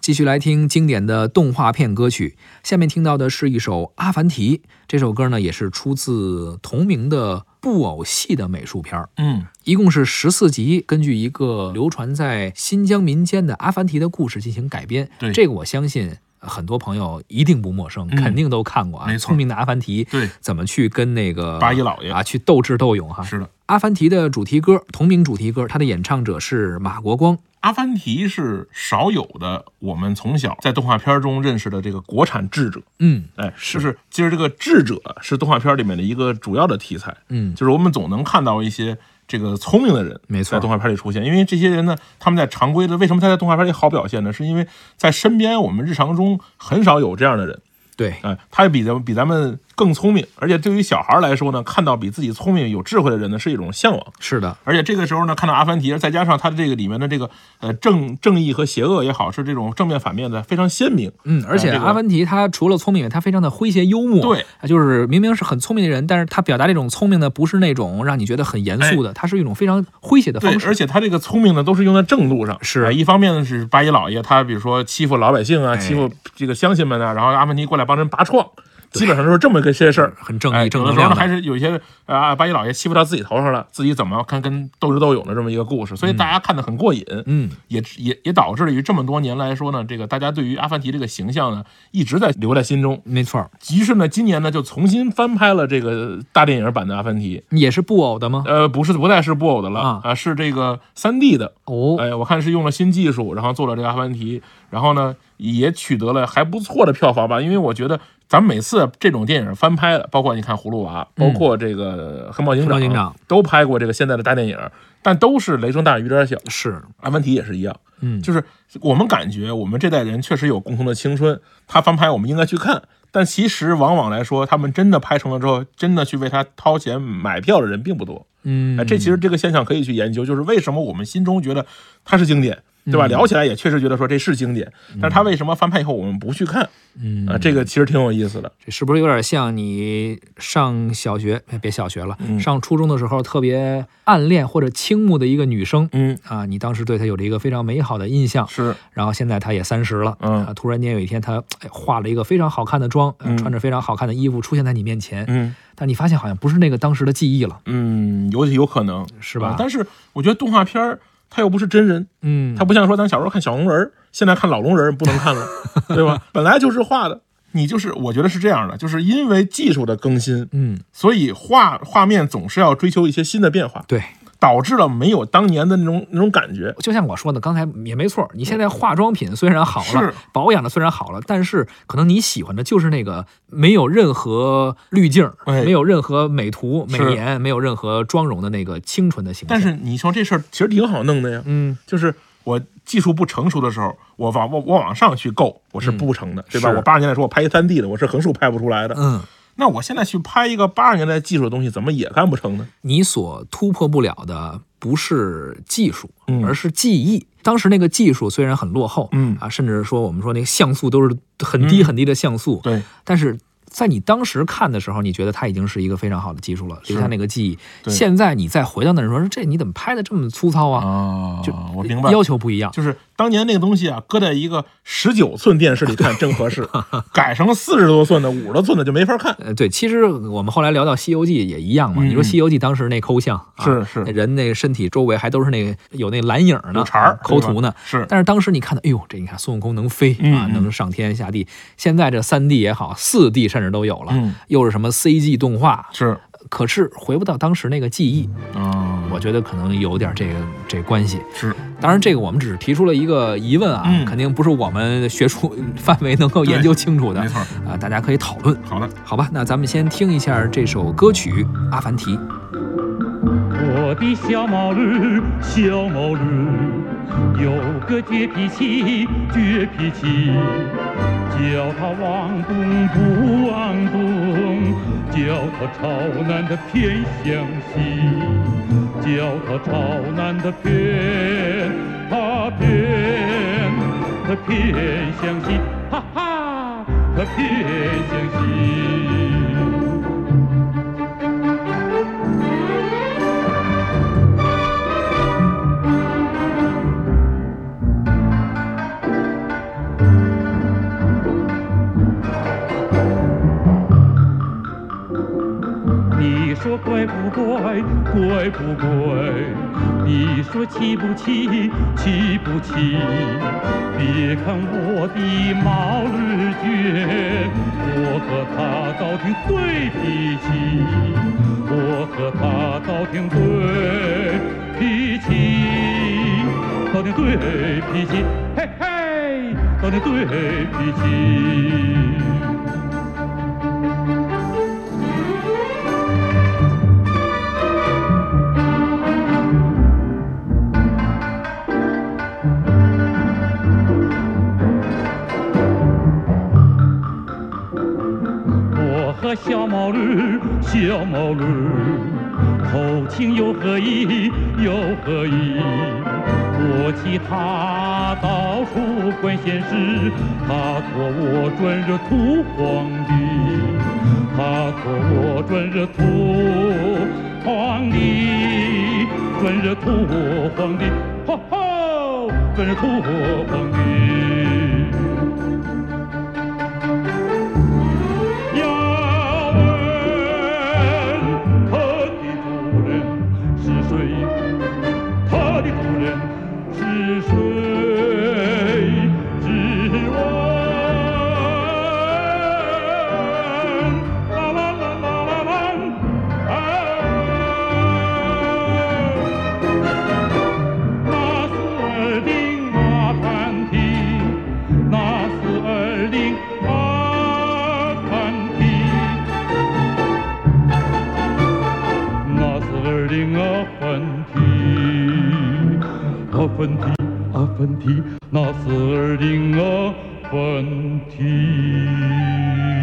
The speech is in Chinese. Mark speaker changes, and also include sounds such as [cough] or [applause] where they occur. Speaker 1: 继续来听经典的动画片歌曲，下面听到的是一首《阿凡提》。这首歌呢，也是出自同名的布偶戏的美术片儿，
Speaker 2: 嗯
Speaker 1: 一共是十四集，根据一个流传在新疆民间的阿凡提的故事进行改编。
Speaker 2: 对
Speaker 1: 这个我相信很多朋友一定不陌生，
Speaker 2: 嗯
Speaker 1: 肯定都看过啊。
Speaker 2: 没错
Speaker 1: 聪明的阿凡提，
Speaker 2: 对
Speaker 1: 怎么去跟那个
Speaker 2: 八一老爷
Speaker 1: 啊去斗智斗勇哈？
Speaker 2: 是的。
Speaker 1: 阿凡提的主题歌，同名主题歌，它的演唱者是马国光。
Speaker 2: 阿凡提是少有的，我们从小在动画片中认识的这个国产智者。
Speaker 1: 嗯
Speaker 2: 哎，就是其实这个智者是动画片里面的一个主要的题材，
Speaker 1: 嗯，
Speaker 2: 就是我们总能看到一些这个聪明的人，
Speaker 1: 没错
Speaker 2: 在动画片里出现。因为这些人呢，他们在常规的为什么他在动画片里好表现呢？是因为在身边我们日常中很少有这样的人，
Speaker 1: 对，
Speaker 2: 哎，他也比咱们比咱们更聪明，而且对于小孩儿来说呢，看到比自己聪明有智慧的人呢，是一种向往。
Speaker 1: 是的，
Speaker 2: 而且这个时候呢，看到阿凡提，再加上他的这个里面的这个呃正正义和邪恶也好，是这种正面反面的非常鲜明。
Speaker 1: 嗯，而且
Speaker 2: 哎这个
Speaker 1: 阿凡提他除了聪明以外，他非常的诙谐幽默。
Speaker 2: 对
Speaker 1: 啊，就是明明是很聪明的人，但是他表达这种聪明呢，不是那种让你觉得很严肃的，他是一种非常诙谐的
Speaker 2: 哎对
Speaker 1: 方，式。
Speaker 2: 而且他这个聪明呢，都是用在正路上。
Speaker 1: 是
Speaker 2: 哎一方面呢是八一老爷，他比如说欺负老百姓啊，
Speaker 1: 哎
Speaker 2: 欺负这个乡亲们啊，然后阿凡提过来帮人拔创，基本上都是这么个些事儿。
Speaker 1: 很正义、
Speaker 2: 哎，
Speaker 1: 正
Speaker 2: 有的
Speaker 1: 能
Speaker 2: 时候
Speaker 1: 量
Speaker 2: 呢，
Speaker 1: 的。
Speaker 2: 还是有一些啊，八一老爷欺负到自己头上了，自己怎么看跟斗智斗勇的这么一个故事，所以大家看得很过瘾。
Speaker 1: 嗯，
Speaker 2: 也也也导致于这么多年来说呢，这个大家对于阿凡提这个形象呢，一直在留在心中。
Speaker 1: 没错儿，
Speaker 2: 于是呢，今年呢就重新翻拍了这个大电影版的《阿凡提》，
Speaker 1: 也是布偶的吗？
Speaker 2: 呃，不是不再是布偶的了
Speaker 1: 啊
Speaker 2: 啊、是这个三 D 的。
Speaker 1: 哦，
Speaker 2: 哎，我看是用了新技术，然后做了这个阿凡提，然后呢也取得了还不错的票房吧。因为我觉得咱们每次这种电影翻拍的，包括你看《葫芦娃》，包括这个《黑猫
Speaker 1: 嗯
Speaker 2: 警
Speaker 1: 黑
Speaker 2: 长》
Speaker 1: 猫警长
Speaker 2: 都拍过这个现在的大电影，但都是雷声大雨点小。
Speaker 1: 是，
Speaker 2: 阿凡提也是一样，
Speaker 1: 嗯，
Speaker 2: 就是我们感觉我们这代人确实有共同的青春，他翻拍我们应该去看，但其实往往来说，他们真的拍成了之后，真的去为他掏钱买票的人并不多。
Speaker 1: 嗯
Speaker 2: 哎，，这其实这个现象可以去研究，就是为什么我们心中觉得它是经典，对
Speaker 1: 嗯
Speaker 2: 吧？聊起来也确实觉得说这是经典，但是它为什么翻拍以后我们不去看
Speaker 1: 嗯，
Speaker 2: 啊？这个其实挺有意思的。
Speaker 1: 这是不是有点像你上小学？哎别小学了，
Speaker 2: 嗯
Speaker 1: 上初中的时候特别暗恋或者倾慕的一个女生。
Speaker 2: 嗯，
Speaker 1: 啊，你当时对她有着一个非常美好的印象，
Speaker 2: 是
Speaker 1: 然后现在他也三十了，
Speaker 2: 嗯
Speaker 1: 啊，突然间有一天他哎化了一个非常好看的妆、呃
Speaker 2: 嗯
Speaker 1: 穿着非常好看的衣服出现在你面前，
Speaker 2: 嗯
Speaker 1: 但你发现好像不是那个当时的记忆了，
Speaker 2: 嗯，有有可能
Speaker 1: 是吧
Speaker 2: 啊但是我觉得动画片儿它又不是真人，
Speaker 1: 嗯，
Speaker 2: 它不像说咱小时候看小龙人儿，现在看老龙人儿不能看了，
Speaker 1: [laughs]
Speaker 2: 对吧？本来就是画的，你就是我觉得是这样的，就是因为技术的更新，
Speaker 1: 嗯，
Speaker 2: 所以画画面总是要追求一些新的变化，
Speaker 1: 对，
Speaker 2: 导致了没有当年的那种那种感觉。
Speaker 1: 就像我说的，刚才也没错，你现在化妆品虽然好了
Speaker 2: 是，
Speaker 1: 保养的虽然好了，但是可能你喜欢的就是那个没有任何滤镜，
Speaker 2: 哎
Speaker 1: 没有任何美图美
Speaker 2: 是
Speaker 1: 颜，没有任何妆容的那个清纯的形象，
Speaker 2: 但是你说这事儿其实挺好弄的呀，
Speaker 1: 嗯，
Speaker 2: 就是我技术不成熟的时候，我往我我往上去够，我是不成的，对
Speaker 1: 嗯
Speaker 2: 吧？
Speaker 1: 是
Speaker 2: 我八十年代说我拍一三 D 的，我是横竖拍不出来的。
Speaker 1: 嗯。
Speaker 2: 那我现在去拍一个八十年代技术的东西，怎么也干不成呢？
Speaker 1: 你所突破不了的不是技术，
Speaker 2: 嗯
Speaker 1: 而是技艺。当时那个技术虽然很落后，
Speaker 2: 嗯
Speaker 1: 啊，甚至说我们说那个像素都是很低
Speaker 2: 嗯
Speaker 1: 很低的像素，
Speaker 2: 对，
Speaker 1: 但是在你当时看的时候，你觉得它已经是一个非常好的技术了，离它那个技艺。
Speaker 2: 对
Speaker 1: 现在你再回到那儿说，这你怎么拍的这么粗糙啊？
Speaker 2: 啊
Speaker 1: 就
Speaker 2: 我明白，
Speaker 1: 要求不一样。
Speaker 2: 就是当年那个东西啊，搁在一个十九寸电视里看正合
Speaker 1: [laughs]
Speaker 2: 适，改成四十多寸的、五十多寸的就没法看。
Speaker 1: 呃，对，其实我们后来聊到《西游记》也一样嘛。
Speaker 2: 嗯
Speaker 1: 你说《西游记》当时那抠像，啊
Speaker 2: 是是
Speaker 1: 那人那身体周围还都是那有那蓝影儿呢，啊
Speaker 2: 有茬儿
Speaker 1: 抠图呢。
Speaker 2: 是
Speaker 1: 但是当时你看到，哎呦，这你看孙悟空能飞
Speaker 2: 嗯
Speaker 1: 啊，
Speaker 2: 嗯
Speaker 1: 能上天下地。现在这三 D 也好，四 D 甚至都有了，
Speaker 2: 嗯
Speaker 1: 又是什么 CG 动画，
Speaker 2: 是
Speaker 1: 可是回不到当时那个记忆，
Speaker 2: 啊，
Speaker 1: 我觉得可能有点这个这关系。
Speaker 2: 是
Speaker 1: 当然，这个我们只是提出了一个疑问啊，
Speaker 2: 嗯
Speaker 1: 肯定不是我们学术范围能够研究清楚的
Speaker 2: 没错。
Speaker 1: 啊，大家可以讨论。
Speaker 2: 好的，
Speaker 1: 好吧，那咱们先听一下这首歌曲《阿凡提》。
Speaker 3: 我的小毛驴，小毛驴，有个倔脾气，倔脾气，叫它往东不往东，叫它朝南它偏向西，叫它朝南它偏，它偏，它偏向西，哈哈，它偏向西。乖不乖，乖不乖？你说气不气，气不气？别看我的毛驴倔，我和他倒挺对脾气，我和他倒挺对脾气，倒挺对脾气，嘿嘿，倒挺对脾气。我和小毛驴，小毛驴，口情又合意，又合意。我骑它到处管闲事，它驮我转着土皇帝，它驮我转着土皇帝，转着土皇帝，吼吼，转着土皇帝。要问它的主人是谁？它的主人是谁？只问啦啦啦啦啦啦啊！那是二零马坎提，那是二零马坎提，那是二零阿凡提，阿凡提，阿凡提，那是二零阿凡提。